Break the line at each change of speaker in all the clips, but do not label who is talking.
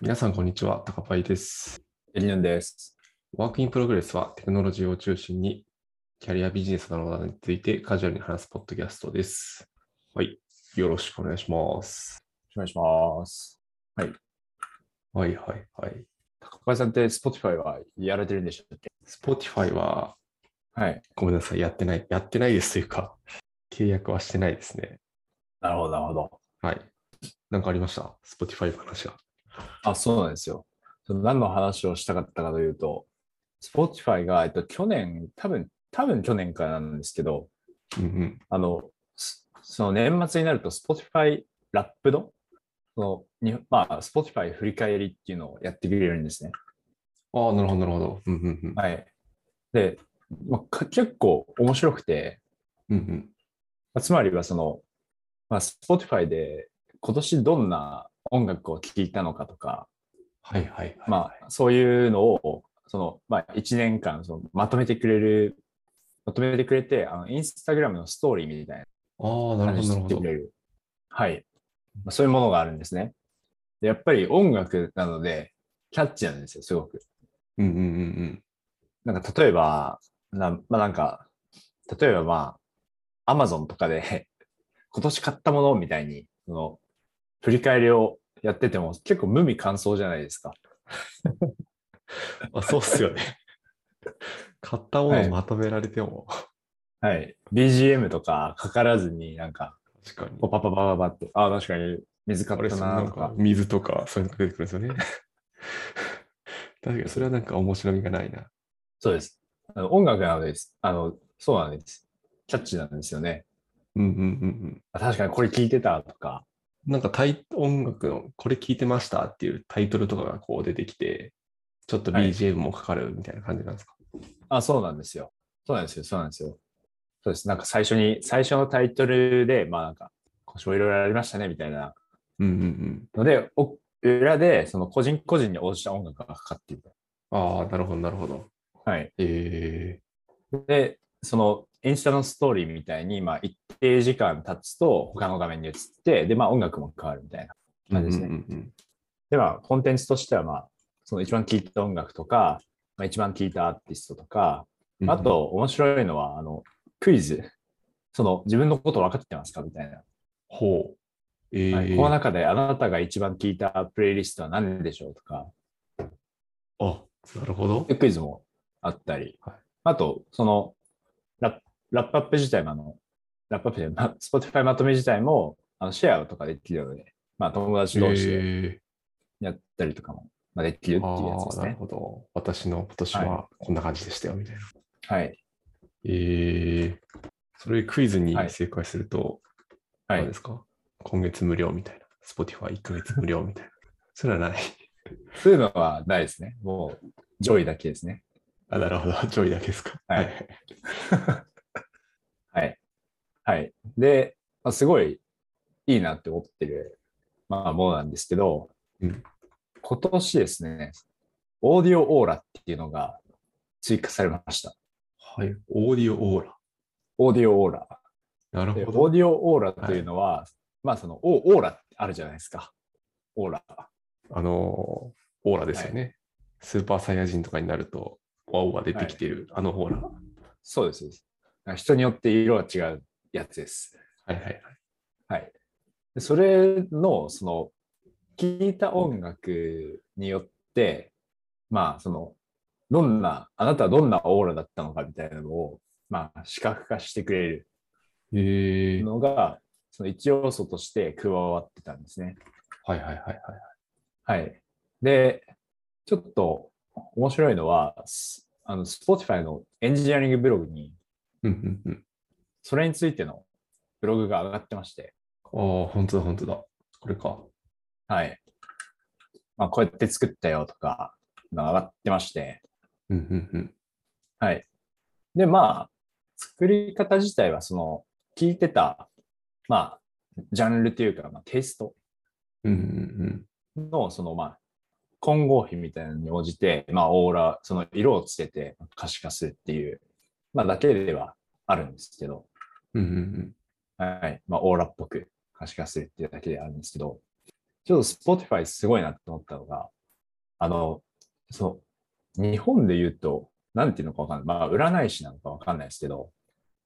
皆さん、こんにちは。高パイです。
エリヌンです。
ワークインプログレスはテクノロジーを中心にキャリアビジネスなどについてカジュアルに話すポッドキャストです。はい。よろしくお願いします。
お願いします。
はいはいはい。
高橋さんって Spotify はやられてるんでしたっけ
Spotify は、
はい。
ごめんなさい。やってない。やってないですというか、契約はしてないですね。
なるほど、なるほど。
はい。なんかありました ?Spotify の話が。
あ、そうなんですよ。その何の話をしたかったかというと、Spotify が、えっと、去年、多分、多分去年からなんですけど、
うんうん。
あの、すその年末になると Spotify ラップの、そのにまあ、Spotify 振り返りっていうのをやってくれるんですね。
ああ、なるほど、なるほど。うんうんうん。
はい。で、まあ、か結構面白くて、
うんうん。
まあつまりはその、まあ、Spotify で今年どんな音楽を聴いたのかとか、
はいはいはい。
まあ、そういうのをその、まあ、1年間そのまとめてくれる、まとめてくれて、あのインスタグラムのストーリーみたい
ああ、な
な
るほど、なるほ
して
ど
く。れる。はい。まあ、そういうものがあるんですね。でやっぱり音楽なので、キャッチなんですよ、すごく。
うんうんうん
なんか例えば、なまあ、なんか、例えばまあ、Amazon とかで 今年買ったものみたいに、その、振り返りをやってても結構無味乾燥じゃないですか。
うん。あ、そうっすよ ね。買ったも
は
の
い
まとめられても、
はい。BGM とかかからずになんか、
確かに
パ。パパパパパって、ああ、確かに水買
あ
っ
れ
た
そう
な
な
ー
ん
と
か
か。
水とかそういうのが出てくるんですよね。確かにそれはなんか面白みがないな。
そうです。あの音楽なのです。あの、そうなんです。キャッチなんですよね。
うんうんうん
あ確かにこれ聞いてたとか。
うん。なんかタイ音楽のこれ聞いてましたっていうタイトルとかがこう出てきて、ちょっと
はい
BGM もかかるみたいな感じなんですか。
あ、そうなんですよ。そうなんですよ。そうなんですよ。そうです。なんか最初に、最初のタイトルで、まあなんか、今年もいろいろありましたね、みたいな
うんうんうん。
ので、お裏で、その個人個人に応じた音楽がかかっている。
ああ、なるほど、なるほど。
はい。
え
で、その、インスタのストーリーみたいに、まあ一定時間経つと、他の画面に移って、で、まあ音楽も変わるみたいな
えー。
感じです
う
ね。
んうんうん
で、まあコンテンツとしては、まあ、その一番聴いた音楽とか、まあ、一番聴いたアーティストとか、
うん
あと、面白いのは、あの、クイズ。その、自分のこと分かってますかみたいな。
ほう。ええ
はいこの中で、あなたが一番聞いたプレイリストは何でしょうとか、
あ、なるほど。
でクイズもあったり、
はい
あと、そのラップ、ラップアップ自体も、あの、ラップアップで、ま、Spotify まとめ自体も、あのシェアとかできるので、まあ、友達同士で
え
やったりとかも、まあ、でき
え
るっていうやつで
ああ、
す
なる
ね。
ほど。私の今年はこんな感じでしたよ、みたいな。
はい。
ええそれクイズに
はい
正解すると、
は
何
い
で。すか、今月無料みたいな。Spotify1 ヶ月無料みたいな。それはない。
そういうのはないですね。もう、上位だけですね。
あ、なるほど。上位だけですか。
はい。はい。はい。で、まあ、すごいいいなって思ってる、まあ、ものなんですけど、
うん
今年ですね、オーディオオーラっていうのが追加されました。
はい。オーディオオーラ。
オーディオオーラ。
な
で
るほ
オー
ど。
ディオオーラというのは、まあそのオ、オーラってあるじゃないですか。オーラ。
あのー、オーラですよね。スーパーサイヤ人とかになると、ワオワ出てきてる、あのオーラ。は
そうです。そうです人によって色が違うやつです。
いはいはい。
はい。でそれの、その、聞いた音楽によって、まあ、その、どんな、あなたはどんなオーラだったのかみたいなのを、まあ、視覚化してくれる
ええ
のが、その一要素として加わってたんですね。
はいはいはいはい。
はい。で、ちょっと面白いのは、すあの、Spotify のエンジニアリングブログに、
うんうんうん。
それについてのブログが上がってまして、
ああ、本当だ本当だ。これか。
はい。まあ、こうやって作ったよとか、のが上がってまして、
うんうんうん。
はい。で、まあ、作り方自体は、その、聞いてた、まあ、ジャンルというか、まあ、テイスト
うんうんうん。
の、その、まあ、混合比みたいなのに応じて、まあ、オーラ、その色をつけて可視化するっていう、まあ、だけではあるんですけど、
うんうんうん。
はい。まあ、オーラっぽく可視化するっていうだけであるんですけど、ちょっと Spotify すごいなって思ったのが、あの、その、日本で言うと、なんていうのかわかんない。まあ、占い師なのかわかんないですけど、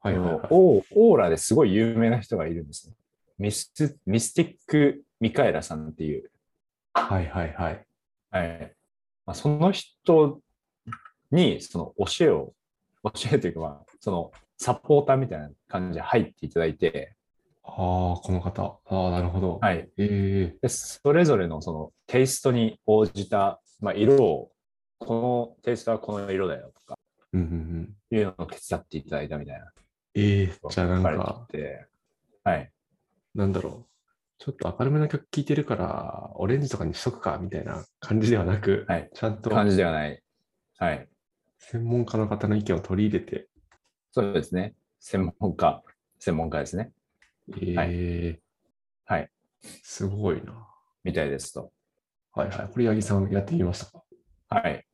はいはい、
あの
はい。
オーオーラですごい有名な人がいるんですね。ミスミスティック・ミカエラさんっていう、
はいはいはい。
はいまあ、その人にその教えを、教えというか、まあ、そのサポーターみたいな感じで入っていただいて、
ああ、この方。ああ、なるほど。
はい、
ええ
でそれぞれのそのテイストに応じた、まあ、色を、このテイストはこの色だよとか
うんうんうん。
いうのを手伝っていただいたみたいな。
ええじゃあなん
書
か、
かれててはい。
なんだろう。ちょっと明るめな曲聴いてるから、オレンジとかにしとくかみたいな感じではなく、
はい
ちゃんと
感じではない。はい。
専門家の方の意見を取り入れて、
そうですね。専門家、専門家ですね。はい
ええ
はい。
すごいな。
みたいですと。
はいはい。これ、八木さんやってみましたか
はい。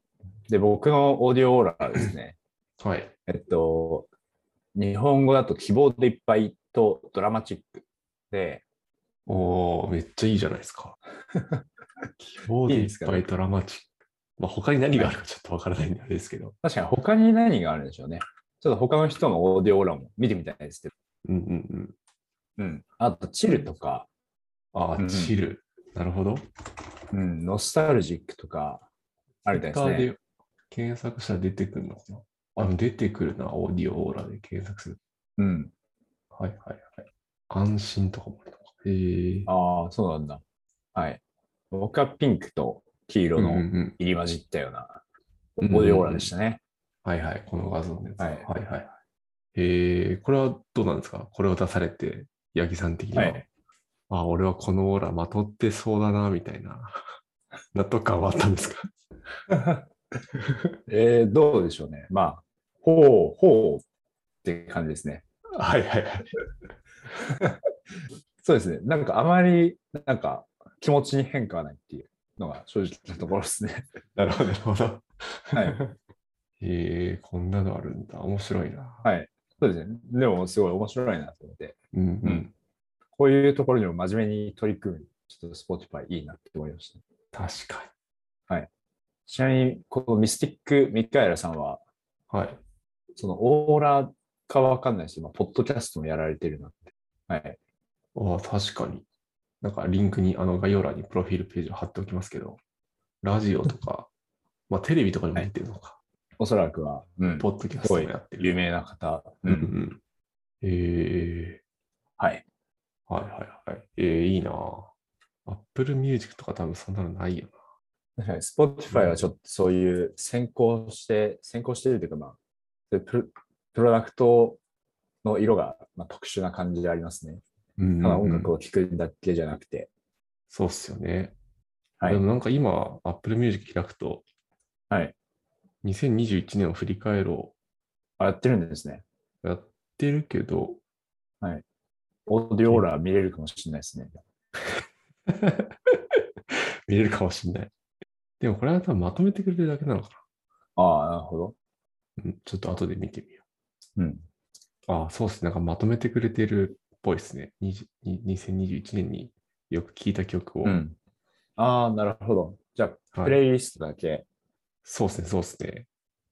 で、僕のオーディオオーラはで すね、
はい。
えっと、日本語だと希望でいっぱいとドラマチックで、
おおめっちゃいいじゃないですか。希望で
いい
い
で
っ
すか
ぱいドラマチック。まあ、他に何があるかちょっとわからないんであれですけど。
確かに他に何があるんでしょうね。ちょっと他の人のオーディオオーラも見てみたいですけど。
うんうんうん。
うん。あと、チルとか、
あ
うんう
あ、
ん
チル。なるほど。
うん、ノスタルジックとか、あるみたいで
ツイ
す
ッター
ね。
で検索したら出てくるのかなあ、でも出てくるな、オーディオオーラで検索する。
うん。
はいはいはい。安心とかもあるのか。へえ。
ああ、そうなんだ。はい。僕はピンクと黄色
うんう
の
んうん
入り混じったようなオ
うんうん
ーディオオーラでしたね。
はいはい、この画像のやつ。
はい
はいはい。へえ、これはどうなんですかこれを出されて、八木さん的には。
はい
あ、俺はこのオーラまとってそうだな、みたいな。 納得感はあったんですか
えー、どうでしょうね。まあ、ほう、ほうって感じですね。
はいはいはい。
そうですね。なんかあまり、なんか気持ちに変化はないっていうのが正直なところですね。
なるほど、なるほど。
は
へ
い。
え、こんなのあるんだ。面白いな。
はい。そうですね。でも、すごい面白いなと思って、
うんう
うんん。こういうところにも真面目に取り組む、ちょっと Spotify いいなって思いました。
確か
ちなみに、このミスティック・ミカエラさんは、
に。はい。
そのオーラかわかんないし、まあ、ポッドキャストもやられてるなって。はい。
ああ、確かに。なんかリンクに、あの概要欄にプロフィールページを貼っておきますけど、ラジオと か、まあテレビとかにも出てるのか、
おそらくは、うん、
ポッドキャストもやって
有
る。
名な方。
うんうん。え
はい。
ー、はいはいはい。えー、いいなアップルミュージックとか多分そんなのないよ
確かに、Spotify はちょっとそういう先行して、先行してるというか、まあ、そういうプロプロダクトの色が、まあ、特殊な感じでありますね。
な。うんうんうん
ただ音楽を聴くだけじゃなくて。
そうっすよね。
はい
でもなんか今、アップルミュージック開くと、
はい。
2021年を振り返ろ
あ、やってるんですね。
う。やってるけど、
オーディオーラ見れるかもしれないですね。
見れるかもしんない。でもこれは多分まとめてくれてるだけなのかな。
ああ、なるほど。
うんちょっと後で見てみよ
うん。
う。ああ、そうですね。なんかまとめてくれてるっぽいですね。20 2021年によく聴いた曲を。
うん。ああ、なるほど。じゃあ、
はい
プレイリストだけ。
そうですね、そうですね。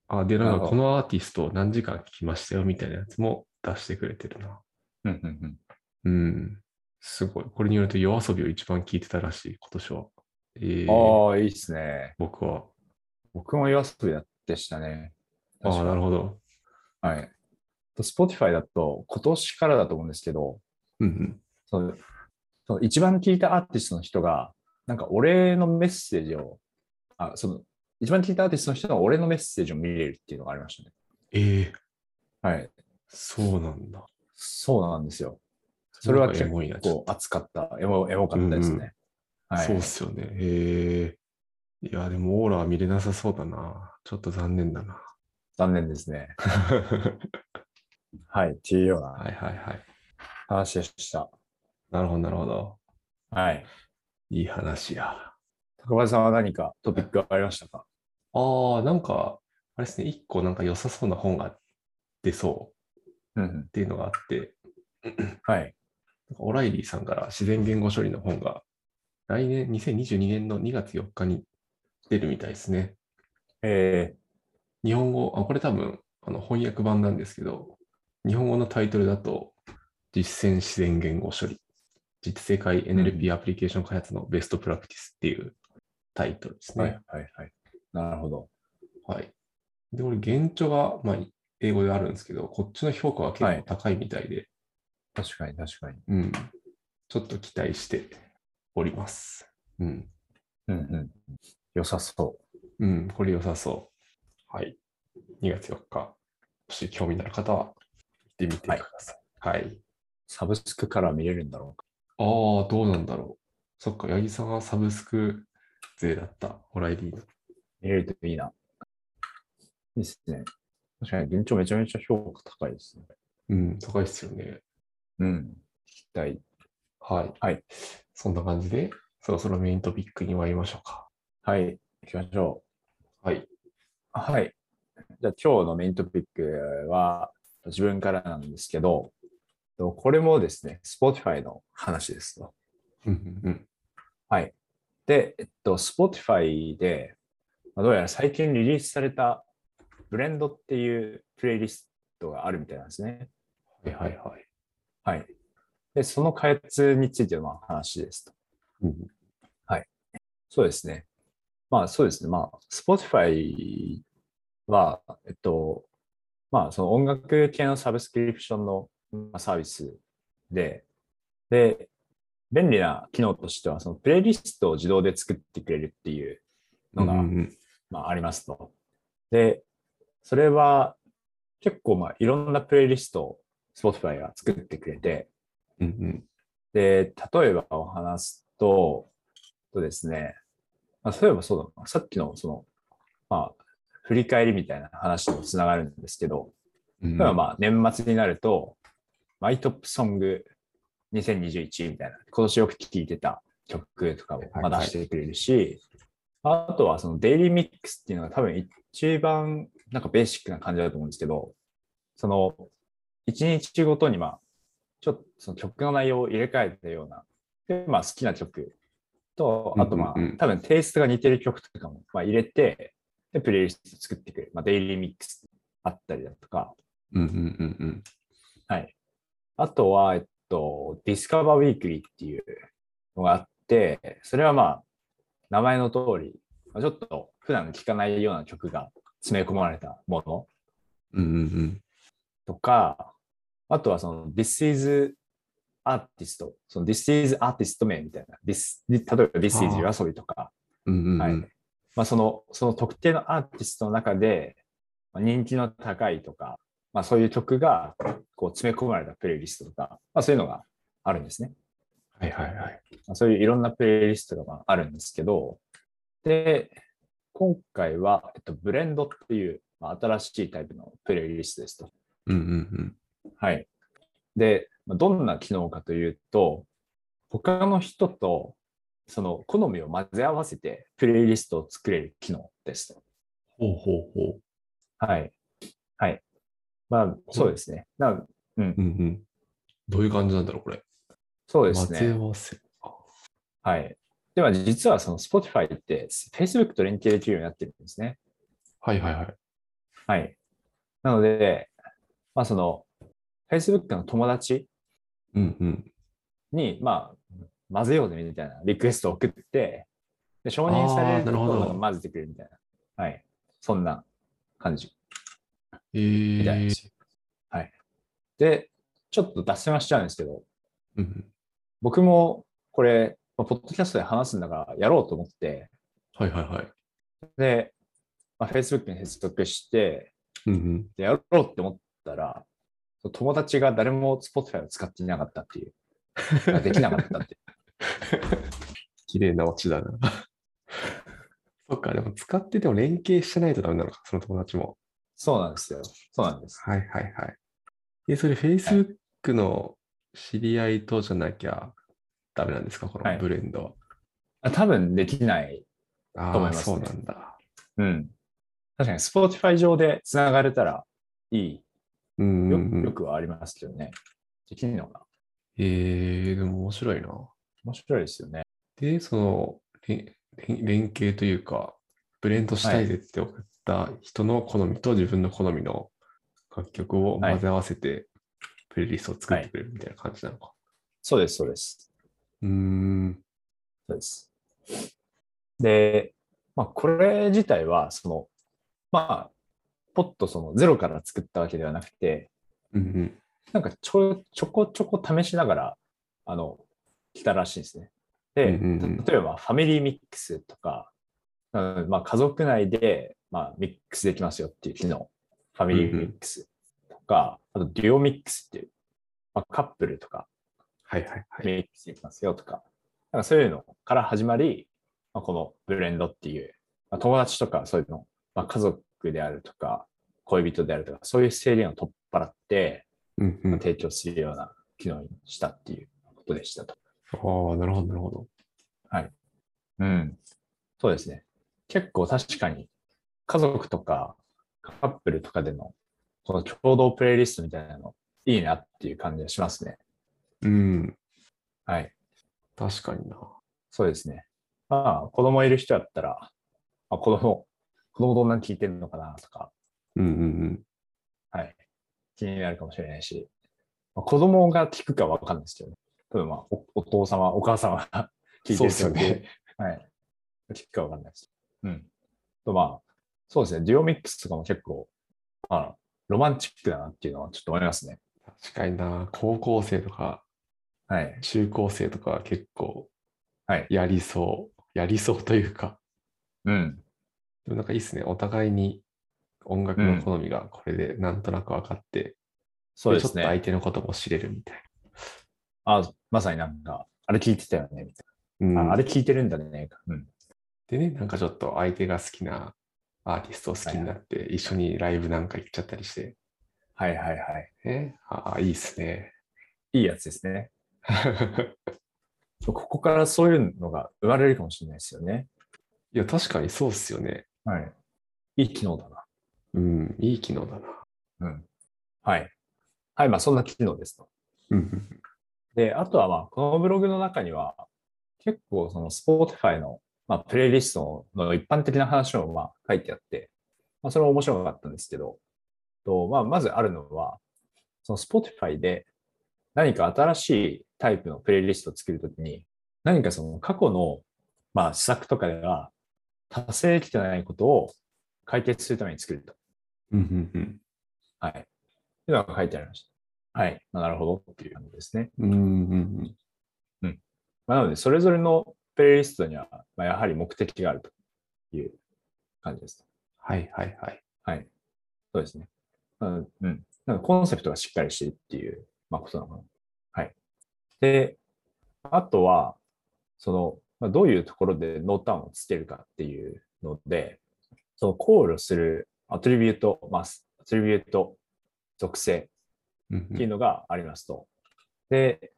あで、な
なる
ん
ほ
か
ど
このアーティストを何時間聴きましたよみたいなやつも出してくれてるな。
うんうんうん。
うん。すごい。これによると夜遊びを一番聴いてたらしい、今年は。えー
ああ、いいですね。
僕は。
僕も YOASOBI だでしたね。
ああ、なる
ほ
ほど。
ど。はい。と Spotify だと、今年からだと思うんですけど、
うんうん。
そのその一番聞いたアーティストの人が、なんか俺のメッセージを、あその一番聞いたアーティストの人の俺のメッセージを見れるっていうのがありましたね。
ええ
はい。
そうなんだ。
そうなんですよ。それは結
なんかエモいなちょ
構
っと
熱かった。エモエモかったですね。はい。
そうっすよね。へえいや、でもオーラは見れなさそうだな。ちょっと残念だ な。
残念ですね。
は
はい。っていうようない
はいはい。
話でした。
なるほど、なるほど。
はい。
いい話や。
高橋さんは何かトピックがありましたか
ああ、なんか、あれですね、一個なんか良さそうな本が出そう
うんうん。
っていうのがあって、
はい。
なんかオライリーさんから自然言語処理の本が来年、2022年の2月4日に出るみたいですね。
え
日本語、あこれ多分あの翻訳版なんですけど、日本語のタイトルだと、実践自然言語処理、実世界 NLP アプリケーション開発のベストプラクティスっていうタイトルです
ー、はい
ね。
はいはい。なるほど。
はい。で、これ、現著が、まあ、英語であるんですけど、こっちの評価は結構高いみたいで、
確かに確かに。
うん、ちょっと期待しております。うん。
うんうん。良さそ
うん、これ良さそう。はい。2月4日、もし興味のある方は、行ってみてください。はい。
う。サブスクから見れるんだろうか。
ああ、どうなんだろう。そっか、八木さんはサブスク税だった、ホライリーの。
見れるといいな。いいですね。確かに、現状めちゃめちゃ評価高いですね。
うん、高いですよね。
うん。期待。
はい。
はい。
そんな感じで、そろそろメイントピックに参りましょうか。
はい。行きましょ
はい。
う。はい。じゃあ今日のメイントピックは自分からなんですけど、とこれもですね、Spotify の話ですと。
うん、うん、
はい。で、えっと、Spotify で、まあどうやら最近リリースされたブレンドっていうプレイリストがあるみたいなんですね。
うん。はい、はい、はい。
はい。で、その開発についてのまあ話ですと。
うん、
そうですね。まあそうですね。まあ Spotify は、えっと、まあその音楽系のサブスクリプションのまあサービスで、で、便利な機能としては、そのプレイリストを自動で作ってくれるっていうのが、
うんうん
まあ、ありますと。で、それは結構、まあ、いろんなプレイリストを Spotify が作ってくれて、
うん、うん
で、例えばを話すと、とですね、まあ、例えばそうだな、さっきのその、まあ、振り返りみたいな話にもつながるんですけど、
うん、うん。
例えばまあ年末になると、マイトップソング2021みたいな、今年よく聴いてた曲とかをまあ出してくれるし、あとはそのデイリーミックスっていうのが多分一番なんかベーシックな感じだと思うんですけど、その1日ごとにまあちょっとその曲の内容を入れ替えたような、でまあ好きな曲と、あとまあ
うんうんうん
多分テイストが似てる曲とかもまあ入れて、でプレイリスト作ってくれる、まあ、デイリーミックスあったりだとか、
うん、うん、うん、うん。
はい。あとは、えっと、ディスカバーウィークリーっていうのがあって、それはまあ、名前の通り、まあちょっと普段聴かないような曲が詰め込まれたもの
うん、うん、
とか、あとはその This is Artist、その This is Artist 名みたいな、This 例えば This is
あ
y 遊びとか、
うん。うん、うん、
は
う
い
ん。
まあ、そのその特定のアーティストの中で、まあ、人気の高いとか、まあ、そういう曲がこう詰め込まれたプレイリストとか、まあ、そういうのがあるんですね。
はい、はい、はい。
まあ、そういういろんなプレイリストがまああるんですけど、で、今回は、えっと、ブレンドっていう、まあ、新しいタイプのプレイリストですと。
うん、うん、
はい。で、まあどんな機能かというと、他の人とその好みを混ぜ合わせてプレイリストを作れる機能ですと。
うん。ほうほうほう。
はい。はい。まあ、そうですね。なうん
う、ん、うん。どういう感じなんだろう、これ。
そう
そ
で
混
す
ぜ
ね。
合わせ。
はい。では、実はその Spotify って Facebook と連携できるようになってるんですね。
はい、はい、はい。
はい。なので、まあ、その Facebook の友達
うん、うん。
に、まあ、混ぜようぜみたいなリクエストを送って、で承認さ
あ
れる
ーなるほど
と混ぜてくれるみたいな。はい。そんな感じ。
え
みたい
ー
で、すはい。で、ちょっと脱線はしちゃうんですけど、
うん、
僕もこれ、まあポッドキャストで話すんだからやろうと思って、
はいはいはい。
で、まあ、Facebook に接続して、
うんうん、
でやろうって思ったら、友達が誰も Spotify を使っていなかったっていう、あできなかっ たっていう。
綺麗なオチだな。 そっか、でも使ってても連携してないとダメなのか、その友達も。
そうなんですよ。そうなんです。
はいはいはい。え、それ Facebook の知り合いとじゃなきゃダメなんですか、こ
は
の
い
ブレンド
あ多分できない。
は。ああ
と思い
ー、
ます
そ
ね
うなんだ。
うん。確かに Spotify 上でつながれたらい
うん
い。
う
よ
んう
よ
ん。
くはありますけどね。できるのかな
えー、でも面白いな。
面白いですよね。
で、そのれ連連携というか、ブレンドしたいぜって送った人の好みと自分の好みの楽曲を混ぜ合わせて、プレイリストを作ってくれるみたいな感じなのか。
そうです、そうです。
うーん。
そうです。で、まあ、これ自体は、その、まあ、ポッとそのゼロから作ったわけではなくて、
うんうん。
なんかちょちょこちょこ試しながら、あの、来たらしいんですね。で、
うんうんうん
例えばファミリーミックスとか、うんまあ、家族内で、まあ、ミックスできますよっていう機能、ファミリーミックスとか、あとデュオミックスっていう、まあ、カップルとか、
はいはいはい。
メイクしていきますよとか、なんかそういうのから始まり、まあ、このブレンドっていう、まあ、友達とかそういうの、まあ、家族であるとか、恋人であるとか、そういう制限を取っ払って、
うんうん。あ
提供するような機能にしたっていうことでしたと。
あ、なるほど、なるほど。
うん。そうですね。結構確かに、家族とかカップルとかでの、この共同プレイリストみたいなの、いいなっていう感じがしますね。
うん。
はい。
確かにな。
そうですね。まあ、子供いる人だったら、あ、子供、子供どんなの聞いてるのかなとか、
うんうんうん。
はい。気になるかもしれないし、まあ、子供が聞くかわかんないですけどね。例えば、まあお、お父様、お母様が聞いて
そう
る
ですよね。
はい。聞くかわかんないです。うん。と、まあ、そうですね。デュオミックスとかも結構、まあ、ロマンチックだなっていうのはちょっと思いますね。
確かにな。高校生とか
はい。
中高生とか結構
はい
やりそう。やりそうというか。
うん。
でもなんかいいっすね。お互いに音楽の好みがこれでなんとなく分かって、
そう
で
で
ちょっ
す
と
ね。
相手のことも知れるみたい
あ、まさになんか、あれ聞いてたよね、みたい
な。
な。
うん
ああれ聞いてるんだね。うん。
でね、なんかちょっと相手が好きなアーティストを好きになって、一緒にライブなんか行っちゃったりして、
はいはいはい。
ね、ああ、いいっすね。
いいやつですね。ここからそういうのが生まれるかもしれないですよね。
いや、確かにそうっすよね。
はい。いい機能だ
うん、いい機能だな。
な。うん。はい。はい、まあそんな機能ですと。
うん、
で、あとはまあ、このブログの中には、結構その Spotify の、まあ、プレイリストの一般的な話をまあ書いてあって、まあそれも面白かったんですけど、とまあまずあるのは、その Spotify で何か新しいタイプのプレイリストを作るときに、何かその過去の、まあ、施策とかでは達成できてないことを解決するために作ると。
うん、うん、
はい。というのが書いてありました。はい。まあなるほどっていう感じですね。
うん、うん、うん、
まあなので、それぞれのプレイリストには、まあ、やはり目的があるという感じです。
はい、はい、はい。
はい。そうですね。うん。うん、なんかコンセプトがしっかりしてるっていう、まあ、ことなのかな。はい。で、あとは、その、まあ、どういうところで濃淡をつけるかっていうので、その考慮するアトリビュート、まあ、アトリビュート、属性、
うん
っ
う
ていうんのがありますと。で、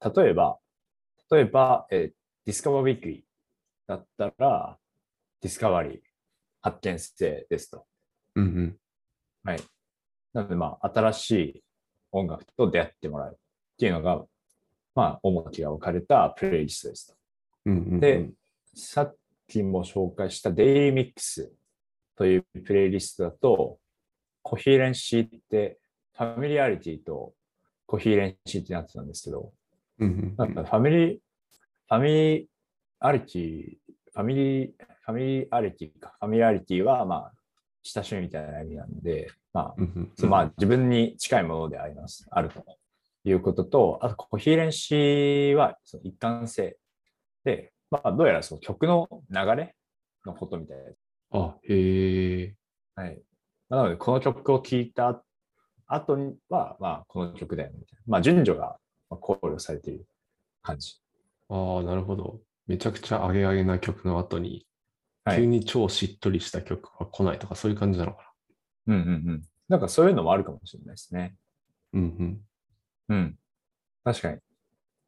例えば、例えば、えーディスカバーウィークリーだったら、ディスカバリー、発見性ですと。
うんうん
なので、まあ、新しい音楽と出会ってもらうっていうのが、まあ、重きが置かれたプレイリストですと。
うんうんうん
でさっきも紹介したデイリーミックスというプレイリストだと、コヒーレンシーって、ファミリアリティとコヒーレンシーってなってたんですけど、
うんう
なん
んう
か
ん
ファミリー、ファミリーアリティ、ファミリー、ファミリーアリティか、ファミリーアリティは、まあ、親しみみたいな意味なんで、まあ、
うん
そうまあ、自分に近いものであります、あるということと、あと、コヒーレンシーはその一貫性で、まあ、どうやらその曲の流れのことみたいです。
あ、へえ。
はい。まあなので、この曲を聴いた後には、まあ、この曲だよね、みたいな。まあ、順序がまあ考慮されている感じ。
ああ、なるほど。めちゃくちゃアゲアゲな曲の後に、
はい
急に超しっとりした曲が来ないとか、そういう感じなのか
うんうんうん。なんかそういうのもあるかもしれないですね。
な。うん
うん。確かに。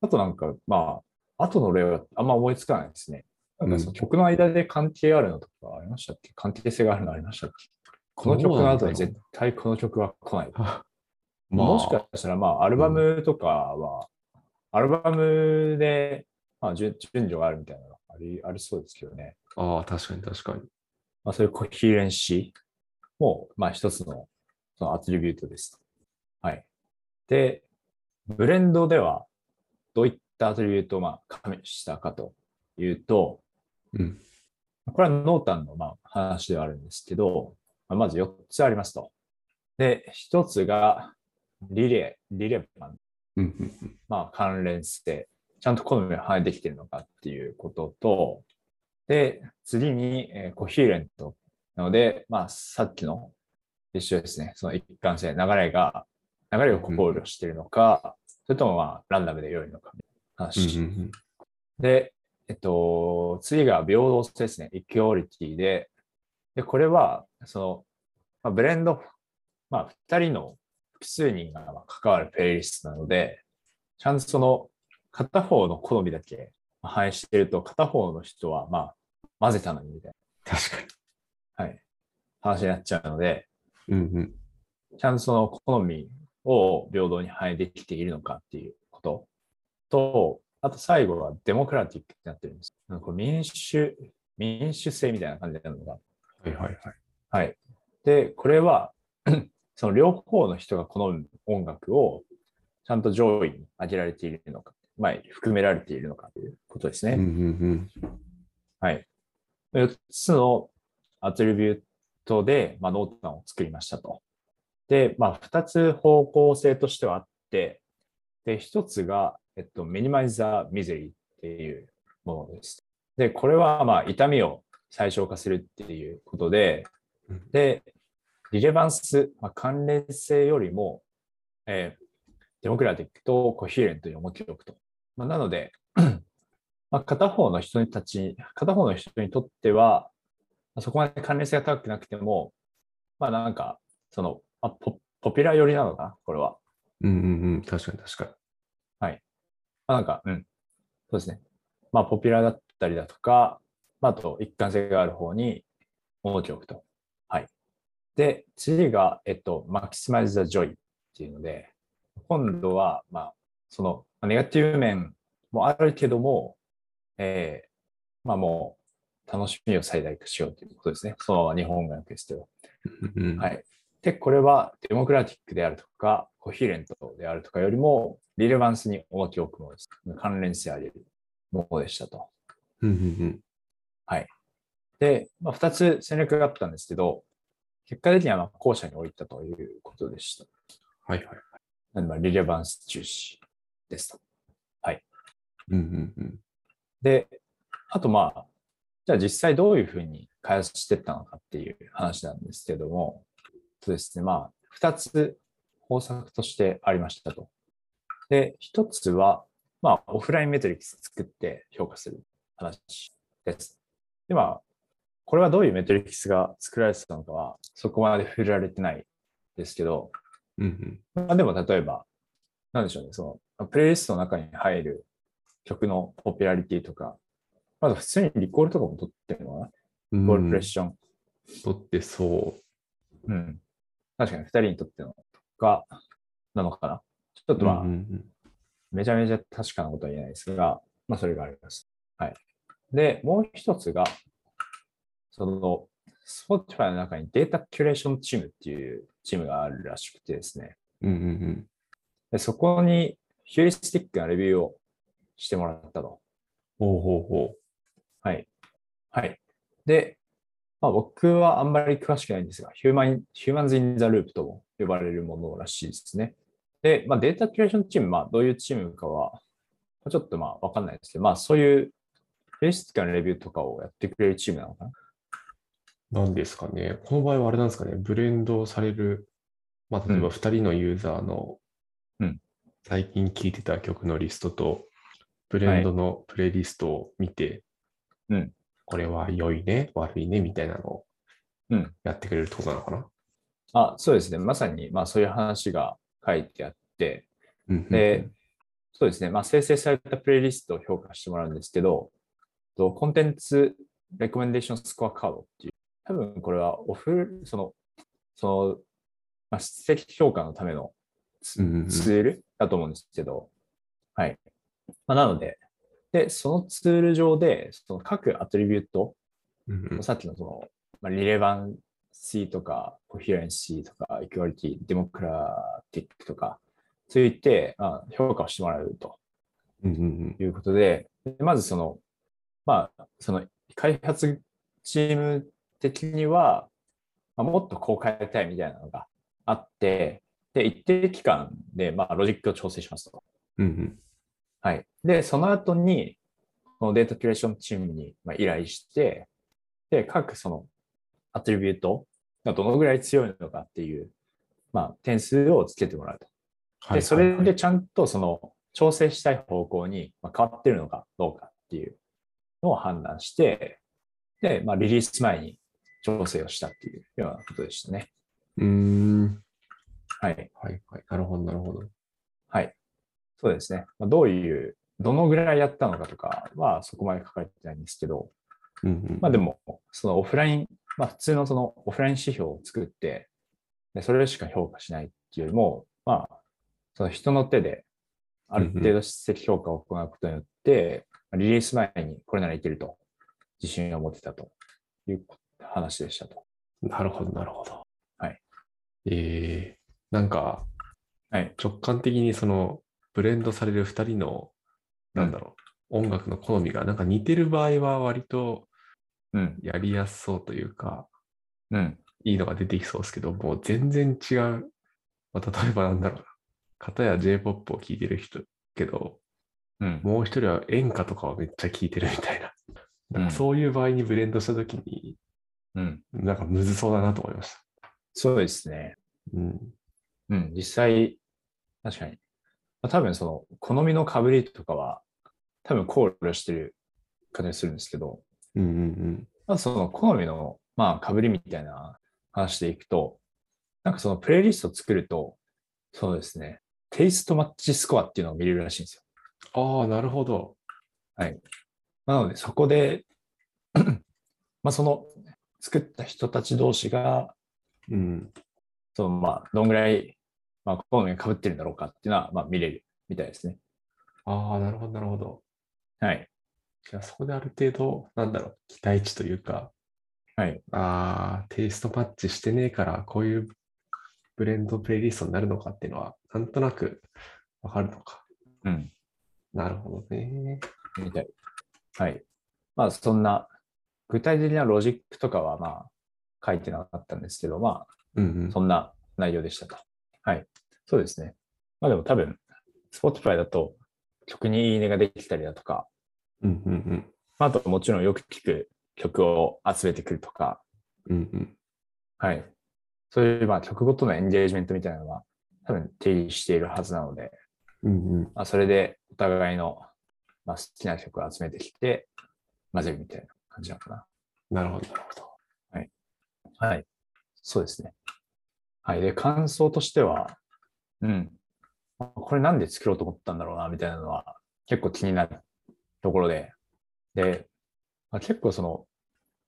あとなんか、まあ、後の例はあんま思いつかないですね。なんかその
うん
曲の間で関係あるのとかありましたっけ関係性があるのありましたっけこの曲の後に絶対この曲は来ない。
うん。は まあ、
もしかしたら、まあ、アルバムとかは、アルバムで、ままあ、順順序があるみたいなのありありそうですけどね。
ああ、確かに確かに。
まあ、そういうコヒーレンシーも、まあ、一つのそのアトリビュートです。はい。で、ブレンドではどういったアトリビュートをまあ加味したかというと、
うん。
これは濃淡のまあ話ではあるんですけど、まあまず4つありますと。で、1つがリレー、リレーパン
うんうんうん。
まあ、関連性、ちゃんと好みが反映できているのかっていうことと、で、次に、えーコヒーレントなので、まあ、さっきの一緒ですね、その一貫性、流れが、流れを考慮しているのか、それともまあ、ランダムで良いのか、
う
話。
んうんうん
で、えっと、次が平等性ですね、イクオリティで、で、これは、その、まあ、ブレンド、まあ、2人の複数人がまあ関わるプレイリストなので、ちゃんとその、片方の好みだけまあ反映してると、片方の人は、まあ、混ぜたのにみたい
確かに。
な、はい、話になっちゃうので、
うんうん。
ちゃんとその好みを平等に反映できているのかっていうことと、あと最後はデモクラティックになってるんです。なんかこう民主、民主性みたいな感じなのが。
はいはいはい。
はい。で、これは、 その両方の人が好む音楽をちゃんと上位に上げられているのか、まあ、含められているのかということですね。
うんうん
はい。4つのアトリビュートで、まあ、濃淡を作りましたと。で、まあ、2つ方向性としてはあって、で、1つが、えっと、ミニマイザー・ミゼリーっていうものです。で、これは、まあ、痛みを最小化するっていうことで、
うん。
で、リレバンス、まあ、関連性よりも、えーデモクラティックとコヒーレントに重きを置くと。まあ、なので、まあ、片方の人たち、片方の人にとっては、まあそこまで関連性が高くなくても、まあなんか、その、あポポピュラー寄りなのかな、これは。
うんうんうん。確かに確かに。
まあ、なんか、うん。そうですね。まあ、ポピュラーだったりだとか、まあ、あと、一貫性がある方に重きを置くと。はい。で、次が、えっと、マキシマイズ・ザ・ジョイっていうので、今度は、まあ、その、まあネガティブ面もあるけども、えーまあ、もう、楽しみを最大化しようということですね。そのまま日本語訳ですけど。
うんうん。。
はいい。で、これはデモクラティックであるとか、コヒーレントであるとかよりも、リレバンスに重きを置くものです。関連性ありるものでしたと。
うんうん
で、まあ、2つ戦略があったんですけど、結果的にはまあ後者に置いたということでした。
うん。はいはい。
なので、まあリレバンス重視ですと。
うんうんうん。
で、あとまあ、じゃあ実際どういうふうに開発していったのかっていう話なんですけども、そうですね、まあ、2つ方策としてありましたと。で、1つは、まあ、オフラインメトリックス作って評価する話です。で、まあ、これはどういうメトリックスが作られてたのかは、そこまで触れられてないですけど、
うんうん。
まあ、でも例えば、なんでしょうね、その、プレイリストの中に入る曲のポピュラリティとか、まだ普通にリコールとかも取ってるのかな、リコールプレッション。
取ってそう。
うん。確かに2人にとってのが、なのかな。ちょっとまあ、
うんうん
めちゃめちゃ確かなことは言えないですが、まあ、それがあります。はい。で、もう一つが、その、Spotify の中にデータキュレーションチームっていうチームがあるらしくてですね。
うんうんうん
でそこにヒューリスティックなレビューをしてもらったと。
ほうほうほ
はい。はい。で、まあ、僕はあんまり詳しくないんですが、ヒューマン、ヒューマンズ・イン・ザ・ループとも呼ばれるものらしいですね。で、まあ、データキュレーションチーム、まあ、どういうチームかは、まあちょっとまあ、わかんないですけど、まあ、そういう、ヒューリスティックなレビューとかをやってくれるチームなのかな
う。なんですかね。この場合はあれなんですかね。ブレンドされる、まあ、例えば
うん
2人のユーザーの
うん
最近聴いてた曲のリストと、ブレンドのプレイリストを見て、
うん
これは良いね、悪いね、みたいなのを
うん
やってくれるってことなのかな。
あ、そうですね。まさに、まあ、そういう話が書いてあって、
うんうんうん
で、そうですね、まあ、生成されたプレイリストを評価してもらうんですけど、とコンテンツレコメンデーションスコアカードっていう、多分これはオフ、その、その、まあ、質的評価のための
うんうんうん
ツールだと思うんですけど、はい。まあ、なので、で、そのツール上で、その各アトリビュート、
うんうん
さっきのその、まあ、リレバンシーとか、コヒュレンシーとか、エクアリティ、デモクラティックとか、ついて、まあ、評価をしてもらうと
うんうん
いうことで、でまずその、まあ、その開発チーム的には、まあ、もっとこう変えたいみたいなのがあって、で、一定期間で、まあ、ロジックを調整しますと。
うんうん
はい。で、その後に、このデータキュレーションチームにまあ依頼して、で、各そのアトリビュートがどのぐらい強いのかっていう、まあ、点数をつけてもらうと。
はいはいは
で、
い
それでちゃんとその調整したい方向にまあ変わってるのかどうかっていうのを判断して、で、まあ、リリース前に調整をしたっていうようなことでしたね。
うーん。
はい。
はいはい。なるほど、なるほど。
はい。そうですね。まあ、どういう、どのぐらいやったのかとかはそこまで書かれてないんですけど、
うんうん。
まあでも、そのオフライン、まあ普通のそのオフライン指標を作って、でそれしか評価しないっていうよりも、まあ、その人の手で、ある程度質的評価を行うことによって、まあリリース前にこれならいけると、自信を持ってたという話でしたと。
なるほど、なるほど。
はい。
えー、なんか、
はい
直感的にその、ブレンドされる2人の、なんだろう、音楽の好みが、なんか似てる場合は割と
うん。
やりやすそうというか、
うん。
いいのが出てきそうですけど、もう全然違う。まあ、例えばなんだろうな。片や J-POP を聴いてる人けど、
うん。
もう一人は演歌とかをめっちゃ聴いてるみたいな。なん
うん
かそういう場合にブレンドしたときに、
うん。
なんかむずそうだなと思いました。
そうですね。
うん。
うん。実際、確かに。まあ、多分その、好みの被りとかは、多分考慮してる形するんですけど、
うんうん
まずその好みの、まあ、被りみたいな話でいくと、なんかそのプレイリストを作ると、そうですね、テイストマッチスコアっていうのを見れるらしいんですよ。
うん。ああ、なるほど。
なので、そこで、 まあ、その作った人たち同士が、
うん。
そのまあ、どんぐらい、まあ、好みが被ってるんだろうかっていうのは、まあ、見れるみたいですね。
ああ、なるほど、なるほど。
はい。
じゃあそこである程度、なんだろう、期待値というか、
はい。
ああ、テイストマッチしてねえから、こういうブレンドプレイリストになるのかっていうのは、なんとなくわかるのか。
うん。
なるほどね。
みたい。はい。まあ、そんな、具体的なロジックとかは、まあ、書いてなかったんですけど、まあ、
うんうん。
そんな内容でしたと。はい。そうですね。まあでも多分、Spotify だと曲にいいねができたりだとか、
うんうん
まああともちろんよく聴く曲を集めてくるとか、
うん。うんうん。
はい。そういうまあ曲ごとのエンゲージメントみたいなのは多分定義しているはずなので、
うんうん。
まあ、それでお互いの、まあ、好きな曲を集めてきて混ぜるみたいな感じなのかな。
なるほど、なるほど。
はい。そうですね。はい。で、感想としては、うん。これなんで作ろうと思ったんだろうな、みたいなのは結構気になるところで。で、まあ、結構その、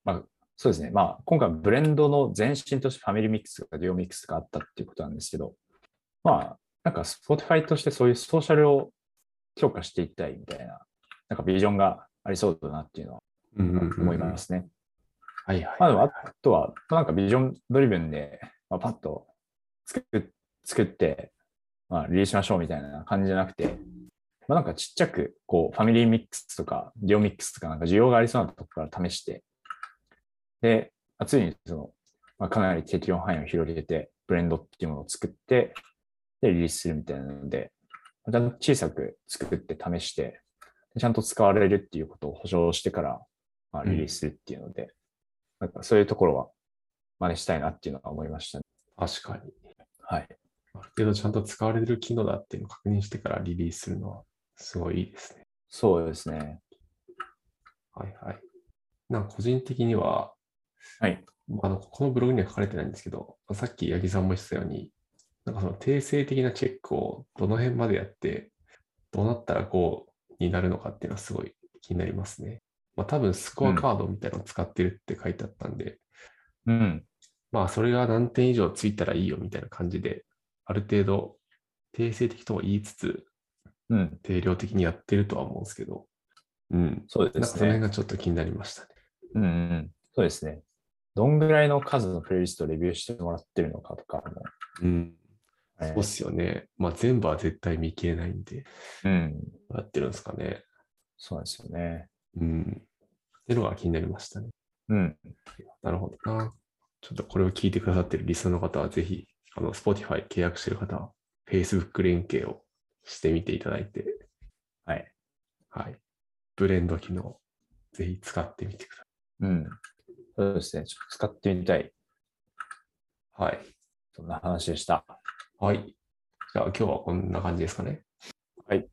まあ、そうですね。まあ、今回ブレンドの前身としてファミリーミックスとかデュオミックスがあったっていうことなんですけど、まあ、なんか Spotify としてそういうソーシャルを強化していきたいみたいな、なんかビジョンがありそうだなっていうのは
うんうんうんうん
思いますね。
はいはい。
まあでも、あとは、なんかビジョンドリブンで、まあ、パッと作っ作って、まあ、リリースしましょうみたいな感じじゃなくて、まあ、なんかちっちゃく、こう、ファミリーミックスとか、デュオミックスとか、なんか需要がありそうなところから試して、で、まあついにその、まあ、かなり適用範囲を広げて、ブレンドっていうものを作って、で、リリースするみたいなので、また小さく作って試して、ちゃんと使われるっていうことを保証してから、まあ、リリースするっていうので、なんかそういうところは真似したいなっていうのは思いましたね。
確かに。
はい。
ある程度ちゃんと使われる機能だっていうのを確認してからリリースするのは、すごいいいですね。
そうですね。
はいはい。なんか個人的には、
はい
あの、このブログには書かれてないんですけど、さっき八木さんも言ってたように、なんかその定性的なチェックをどの辺までやって、どうなったらこうになるのかっていうのはすごい気になりますね。まあ多分スコアカードみたいなのを使ってるって書いてあったんで、
うん。
まあそれが何点以上ついたらいいよみたいな感じで、ある程度定性的とも言いつつ、
うん。
定量的にやってるとは思うんですけど、うん。
そう
なん
で
かそ
す
の辺
ね。
がちょっと気になりましたね。
うんうん。そうですね。どんぐらいの数のプレイリストをレビューしてもらってるのかとかも。
うん。
えー
そうっすよね。まあ全部は絶対見切れないんで、
うん。
どうやってるんですかね。
そうなんですよね。
うん。っていうのが気になりましたね。
うん。
なるほどな。ちょっとこれを聞いてくださってるリスナーの方は、ぜひ、あの、Spotify 契約してる方は、Facebook 連携をしてみていただいて、
はい。
はい。ブレンド機能、ぜひ使ってみてくだ
うん。そうですね。ちょっと使ってみたい。
さい。はい。
そんな話でした。
はい。じゃあ今日はこんな感じですかね。
はい。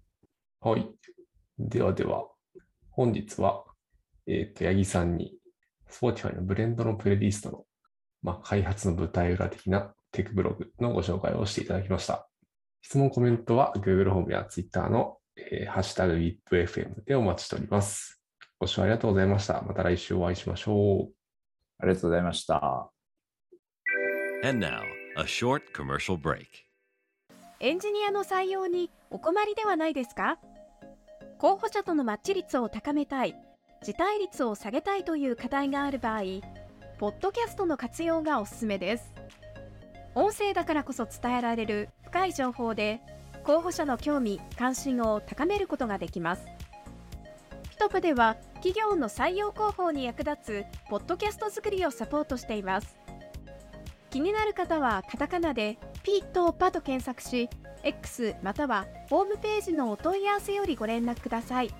はい。ではでは、本日は、えっ、と、八木さんに、Spotify のブレンドのプレイリストの、まあ、開発の舞台裏的なテクブログのご紹介をしていただきました。質問、コメントは Google ホームや Twitter の、えーハッシュタグ WIPFM でお待ちしております。ご視聴ありがとうございました。また来週お会いしましょう。
ありがとうございました。
And now, a short commercial break.
エンジニアの採用にお困りではないですか候補者とのマッチ率を高めたい、辞退率を下げたいという課題がある場合、ポッドキャストの活用がおすすめです。音声だからこそ伝えられる深い情報で、候補者の興味・関心を高めることができます。ピトプでは、企業の採用広報に役立つポッドキャスト作りをサポートしています。気になる方はカタカナでピットパと検索し X またはホームページのお問い合わせよりご連絡ください